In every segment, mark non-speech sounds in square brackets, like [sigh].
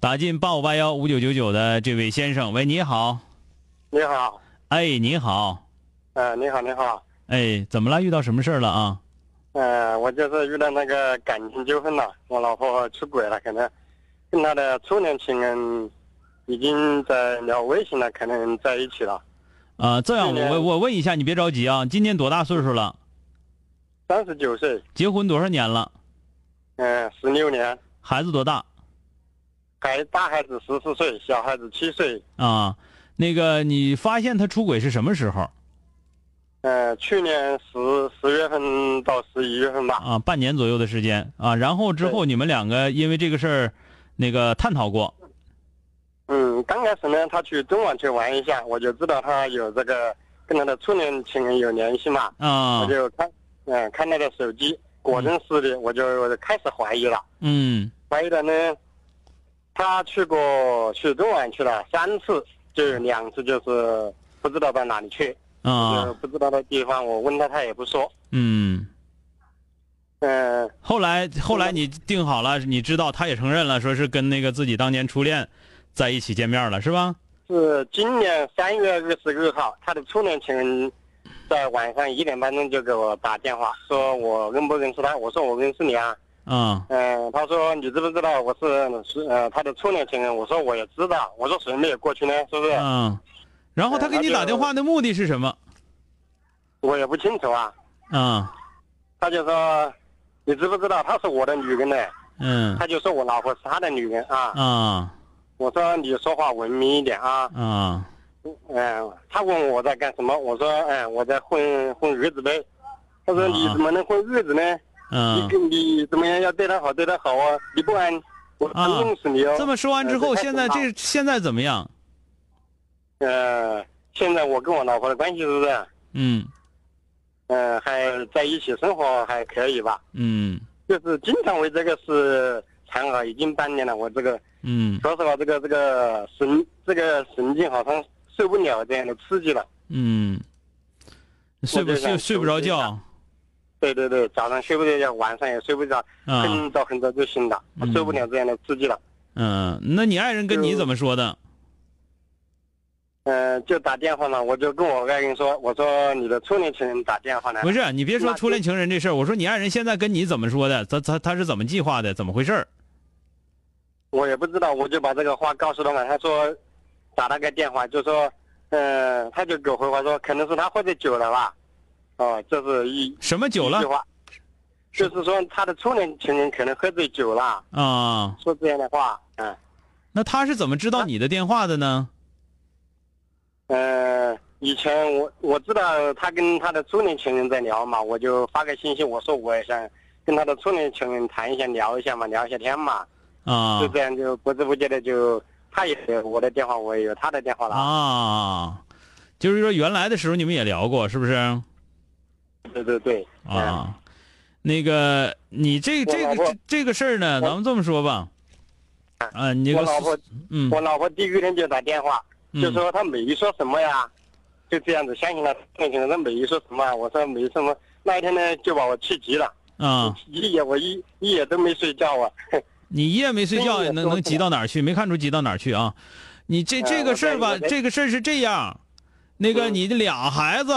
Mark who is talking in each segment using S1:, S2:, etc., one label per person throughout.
S1: 打进八五八幺五九九九的这位先生，喂，你好，
S2: 你好，
S1: 哎，你好，
S2: 呃，你好，你好，
S1: 哎，怎么了？遇到什么事儿了啊？
S2: 呃，我就是遇到那个感情纠纷了，我老婆出轨了，可能跟她的初恋情人已经在聊微信了，可能在一起了，
S1: 啊，这样我我我问一下，你别着急啊，今年多大岁数了？
S2: 三十九岁，
S1: 结婚多少年了？
S2: 嗯、呃，十六年，
S1: 孩子多大
S2: 孩大孩子十四岁，小孩子七岁，
S1: 啊？那个你发现他出轨是什么时候
S2: 呃，去年十十月份到十一月份吧，
S1: 啊？半年左右的时间啊，然后之后你们两个因为这个事儿，那个探讨过
S2: 嗯，刚开始呢，她去中网去玩一下，我就知道她有这个跟她的初恋情人有联系嘛，
S1: 啊
S2: 我？就看，嗯、看她的手机，果真是的，我就我就开始怀疑了。
S1: 嗯
S2: 怀疑的呢，他去过去中晚去了三次，就
S1: 嗯
S2: 有两次就是不知道到哪里去，
S1: 啊
S2: 就不知道的地方，我问他他也不说。
S1: 嗯。
S2: 嗯、
S1: 后来后来你定好了，你知道他也承认了，说是跟那个自己当年初恋在一起见面了，是吧？
S2: 是今年三月二十六号，他的初恋情人在晚上一点半钟就给我打电话，说我认不认识他？我说我认识你啊。
S1: 啊
S2: 嗯、他说你知不知道我是是呃他的初恋情人？我说我也知道。我说谁没有过去呢？是不是？
S1: 嗯，然后他给你打电话的目的是什么？
S2: 我也不清楚啊。
S1: 啊，
S2: 他就说：“你知不知道她是我的女人呢？”
S1: 嗯
S2: 他就说我老婆是他的女人啊。
S1: 啊
S2: 我说你说话文明一点啊。
S1: 啊
S2: 嗯，他问我在干什么，我说哎我在混混日子呗。他说你怎么能混日子呢？你
S1: 嗯，
S2: 跟你怎么样要对她好，对她好啊！你不然我
S1: 啊
S2: 弄死你哦。
S1: 这么说完之后，
S2: 呃
S1: 现在这现在怎么样？
S2: 呃，现在我跟我老婆的关系是不是？
S1: 嗯
S2: 嗯，还在一起生活还可以吧？
S1: 嗯
S2: 就是经常为这个事缠绕，已经半年了。我这个
S1: 嗯
S2: 说实话，这个这个神这个神经好像受不了这样的刺激了。
S1: 嗯，睡不睡睡不着觉
S2: 对对对，早上睡不着觉，晚上也睡不着，
S1: 啊？
S2: 很早很早就醒了，我
S1: 嗯
S2: 受不了这样的刺激了。
S1: 嗯，那你爱人跟你怎么说的？
S2: 嗯、就打电话嘛，我就跟我爱人说，我说你的初恋情人打电话来
S1: 不，是，你别说
S2: 啊
S1: 初恋情人这事儿，我说你爱人现在跟你怎么说的？他他他是怎么计划的？怎么回事儿？
S2: 我也不知道，我就把这个话告诉他嘛，他说打了个电话就说，嗯、他就给我回话说，可能是他喝的酒了吧，哦，这是一
S1: 什么酒
S2: 一句
S1: 了
S2: 话，就是说他的初恋情人可能喝醉酒了，
S1: 啊？
S2: 说这样的话，嗯、
S1: 那他是怎么知道你的电话的呢？
S2: 呃，以前我我知道他跟他的初恋情人在聊嘛，我就发个信息，我说我也想跟他的初恋情人谈一下，聊一下嘛，聊一下天嘛，
S1: 啊
S2: 就这样就不知不觉的就他也有我的电话，我也有他的电话了。
S1: 啊，就是说原来的时候你们也聊过，是不是？
S2: 对对对，嗯
S1: 啊，那个你这
S2: 我
S1: 这个
S2: 老婆
S1: 这这个事儿呢，
S2: 我
S1: 咱们这么说吧，啊，你这
S2: 我
S1: 个
S2: 老婆
S1: 嗯
S2: 我老婆第一天就打电话，就
S1: 嗯
S2: 说她没说什么呀，就这样子相信了初恋情人，她没说什么啊，我说没什么。那一天呢，就把我气急了，
S1: 啊，
S2: 一夜我一一夜都没睡觉啊。 [laughs]
S1: 你一夜没睡觉，
S2: 那个
S1: 能
S2: 说
S1: 能
S2: 不
S1: 急到哪儿去？没看出急到哪儿去啊？你这
S2: 呃
S1: 这个事儿吧，
S2: 我在
S1: 这个事儿是这样，那个
S2: 嗯
S1: 你的俩孩子，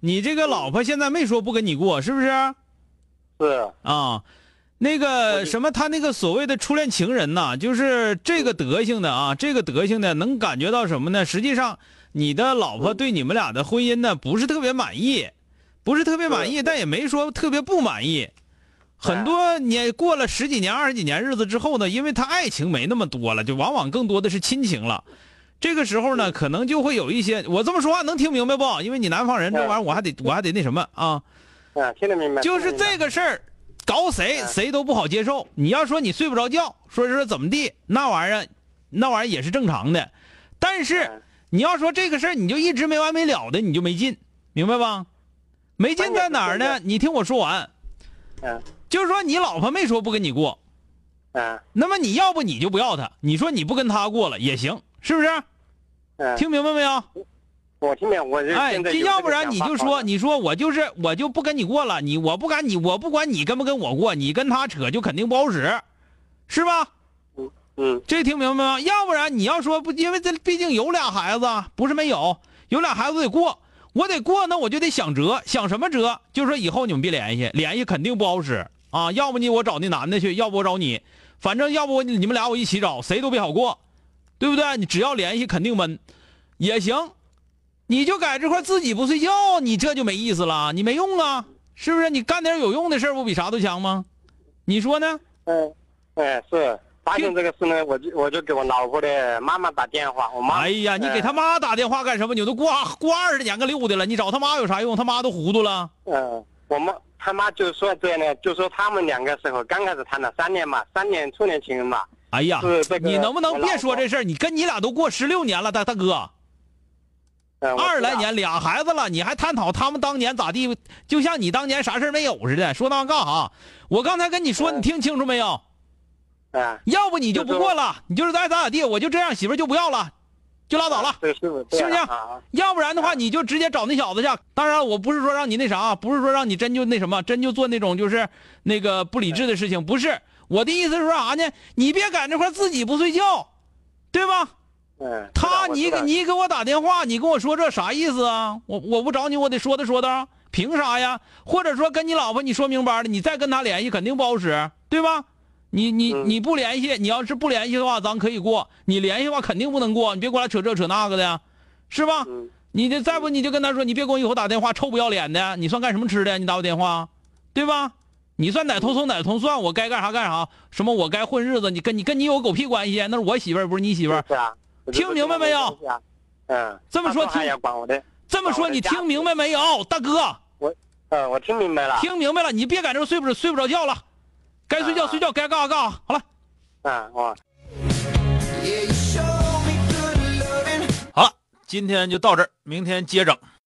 S1: 你这个老婆现在没说不跟你过，是不是？
S2: 是，
S1: 啊，那
S2: 我
S1: 个
S2: 就
S1: 什么，他那个所谓的初恋情人呐、就是这个德行的啊，这个德行的能感觉到什么呢？实际上，你的老婆对你们俩的婚姻呢，不是特别满意，不是特别满意，
S2: 对
S1: 但也没说特别不满意。
S2: 对
S1: 很多年过了十几年、二十几年日子之后呢，因为他爱情没那么多了，就往往更多的是亲情了。这个时候呢，可能就会有一些，我这么说啊话能听明白不？因为你南方人这玩意儿，我还得我还得那什么啊。
S2: 啊，听得明白。
S1: 就是
S2: 听得
S1: 这
S2: 明白
S1: 个事儿，搞谁
S2: 嗯
S1: 谁都不好接受。你要说你睡不着觉，说是说怎么地，那玩意儿，那玩意儿也是正常的。但是
S2: 嗯
S1: 你要说这个事儿，你就一直没完没了的，你就没劲，明白吧？没劲在哪儿呢？你听我说完，
S2: 嗯
S1: 就是说你老婆没说不跟你过，
S2: 嗯
S1: 那么你要不你就不要她，你说你不跟她过了也行，是不是？
S2: 嗯，
S1: 听明白没有？
S2: 我听明白，我就
S1: 哎，
S2: 现在有
S1: 要
S2: 这
S1: 不
S2: 个
S1: 然你
S2: 想法
S1: 就
S2: 好
S1: 说，
S2: 的
S1: 你说我就是我就不跟你过了，你我不敢你我不管你跟不跟我过，你跟他扯就肯定不好使，是吧？
S2: 嗯
S1: 这听明白吗？要不然你要说不，因为这毕竟有俩孩子，不是没有，有俩孩子得过，我得过，那我就得想辙，想什么辙？就说以后你们别联系，联系肯定不好使啊！要不你我找那男的去，要不我找你，反正要不我你们俩我一起找，谁都别好过，对不对？你只要联系肯定闷，也行，你就在这块自己不睡觉，你这就没意思了，你没用啊，是不是？你干点有用的事儿不比啥都强吗？你说呢？
S2: 嗯嗯是。发现这个事呢，我就我就给我老婆的妈妈打电话，我妈。
S1: 哎呀，你给他
S2: 嗯
S1: 妈打电话干什么？你都过过二十年个六的了，你找他妈有啥用？他妈都糊涂了。
S2: 嗯，我妈他妈就说这呢，就说他们两个时候刚开始谈了三年嘛，三年初恋情人嘛，
S1: 哎呀，
S2: 是这个
S1: 你能不能别说
S2: 我老婆
S1: 这事儿？你跟你俩都过十六年了，大大哥，
S2: 嗯，我
S1: 二十
S2: 知道
S1: 来，年俩孩子了，你还探讨他们当年咋地？就像你当年啥事儿没有似的，说那玩意儿干哈？我刚才跟你说，
S2: 嗯
S1: 你听清楚没有？
S2: 嗯，
S1: 要不你就不过了，你就是爱咋咋地，我就这样，媳妇儿就不要了，就拉倒了。
S2: 这是不
S1: 是不是
S2: 啊？
S1: 要不然的话，你就直接找那小子去。当然，我不是说让你那啥啊，不是说让你真就那什么，真就做那种就是那个不理智的事情，不是。我的意思是说啥呢？你别在那块儿自己不睡觉，对吧？
S2: 嗯，
S1: 他
S2: 知道
S1: 你给，你给我打电话，你跟我说这啥意思啊？我我不找你，我得说道说道，凭啥呀？或者说跟你老婆你说明白了，你再跟他联系肯定不好使，对吧？你你
S2: 嗯
S1: 你不联系，你要是不联系的话，咱可以过；你联系的话，肯定不能过。你别过来扯这扯那个的呀，是吧？
S2: 我知道
S1: 你这再不你就跟他说，你别给我以后打电话，臭不要脸的，你算干什么吃的？你打我电话，对吧？你算哪头从哪头算，我该干啥干啥，什么我该混日子，你跟你跟你有狗屁关系？那是我媳妇儿，不是你媳妇
S2: 嗯，
S1: 儿。
S2: 是啊，我就
S1: 听明白没有
S2: 说这个东西啊？嗯，
S1: 这么说
S2: 他还
S1: 听
S2: 要管我的，
S1: 这么说你听明白没有，大哥？
S2: 嗯，我听明白了，
S1: 听明白了，你别在这睡不着睡不着觉了，该睡觉
S3: 啊
S1: 睡觉，该干啥干啥。好了，
S2: 嗯，我。
S3: 好了，今天就到这儿，明天接整。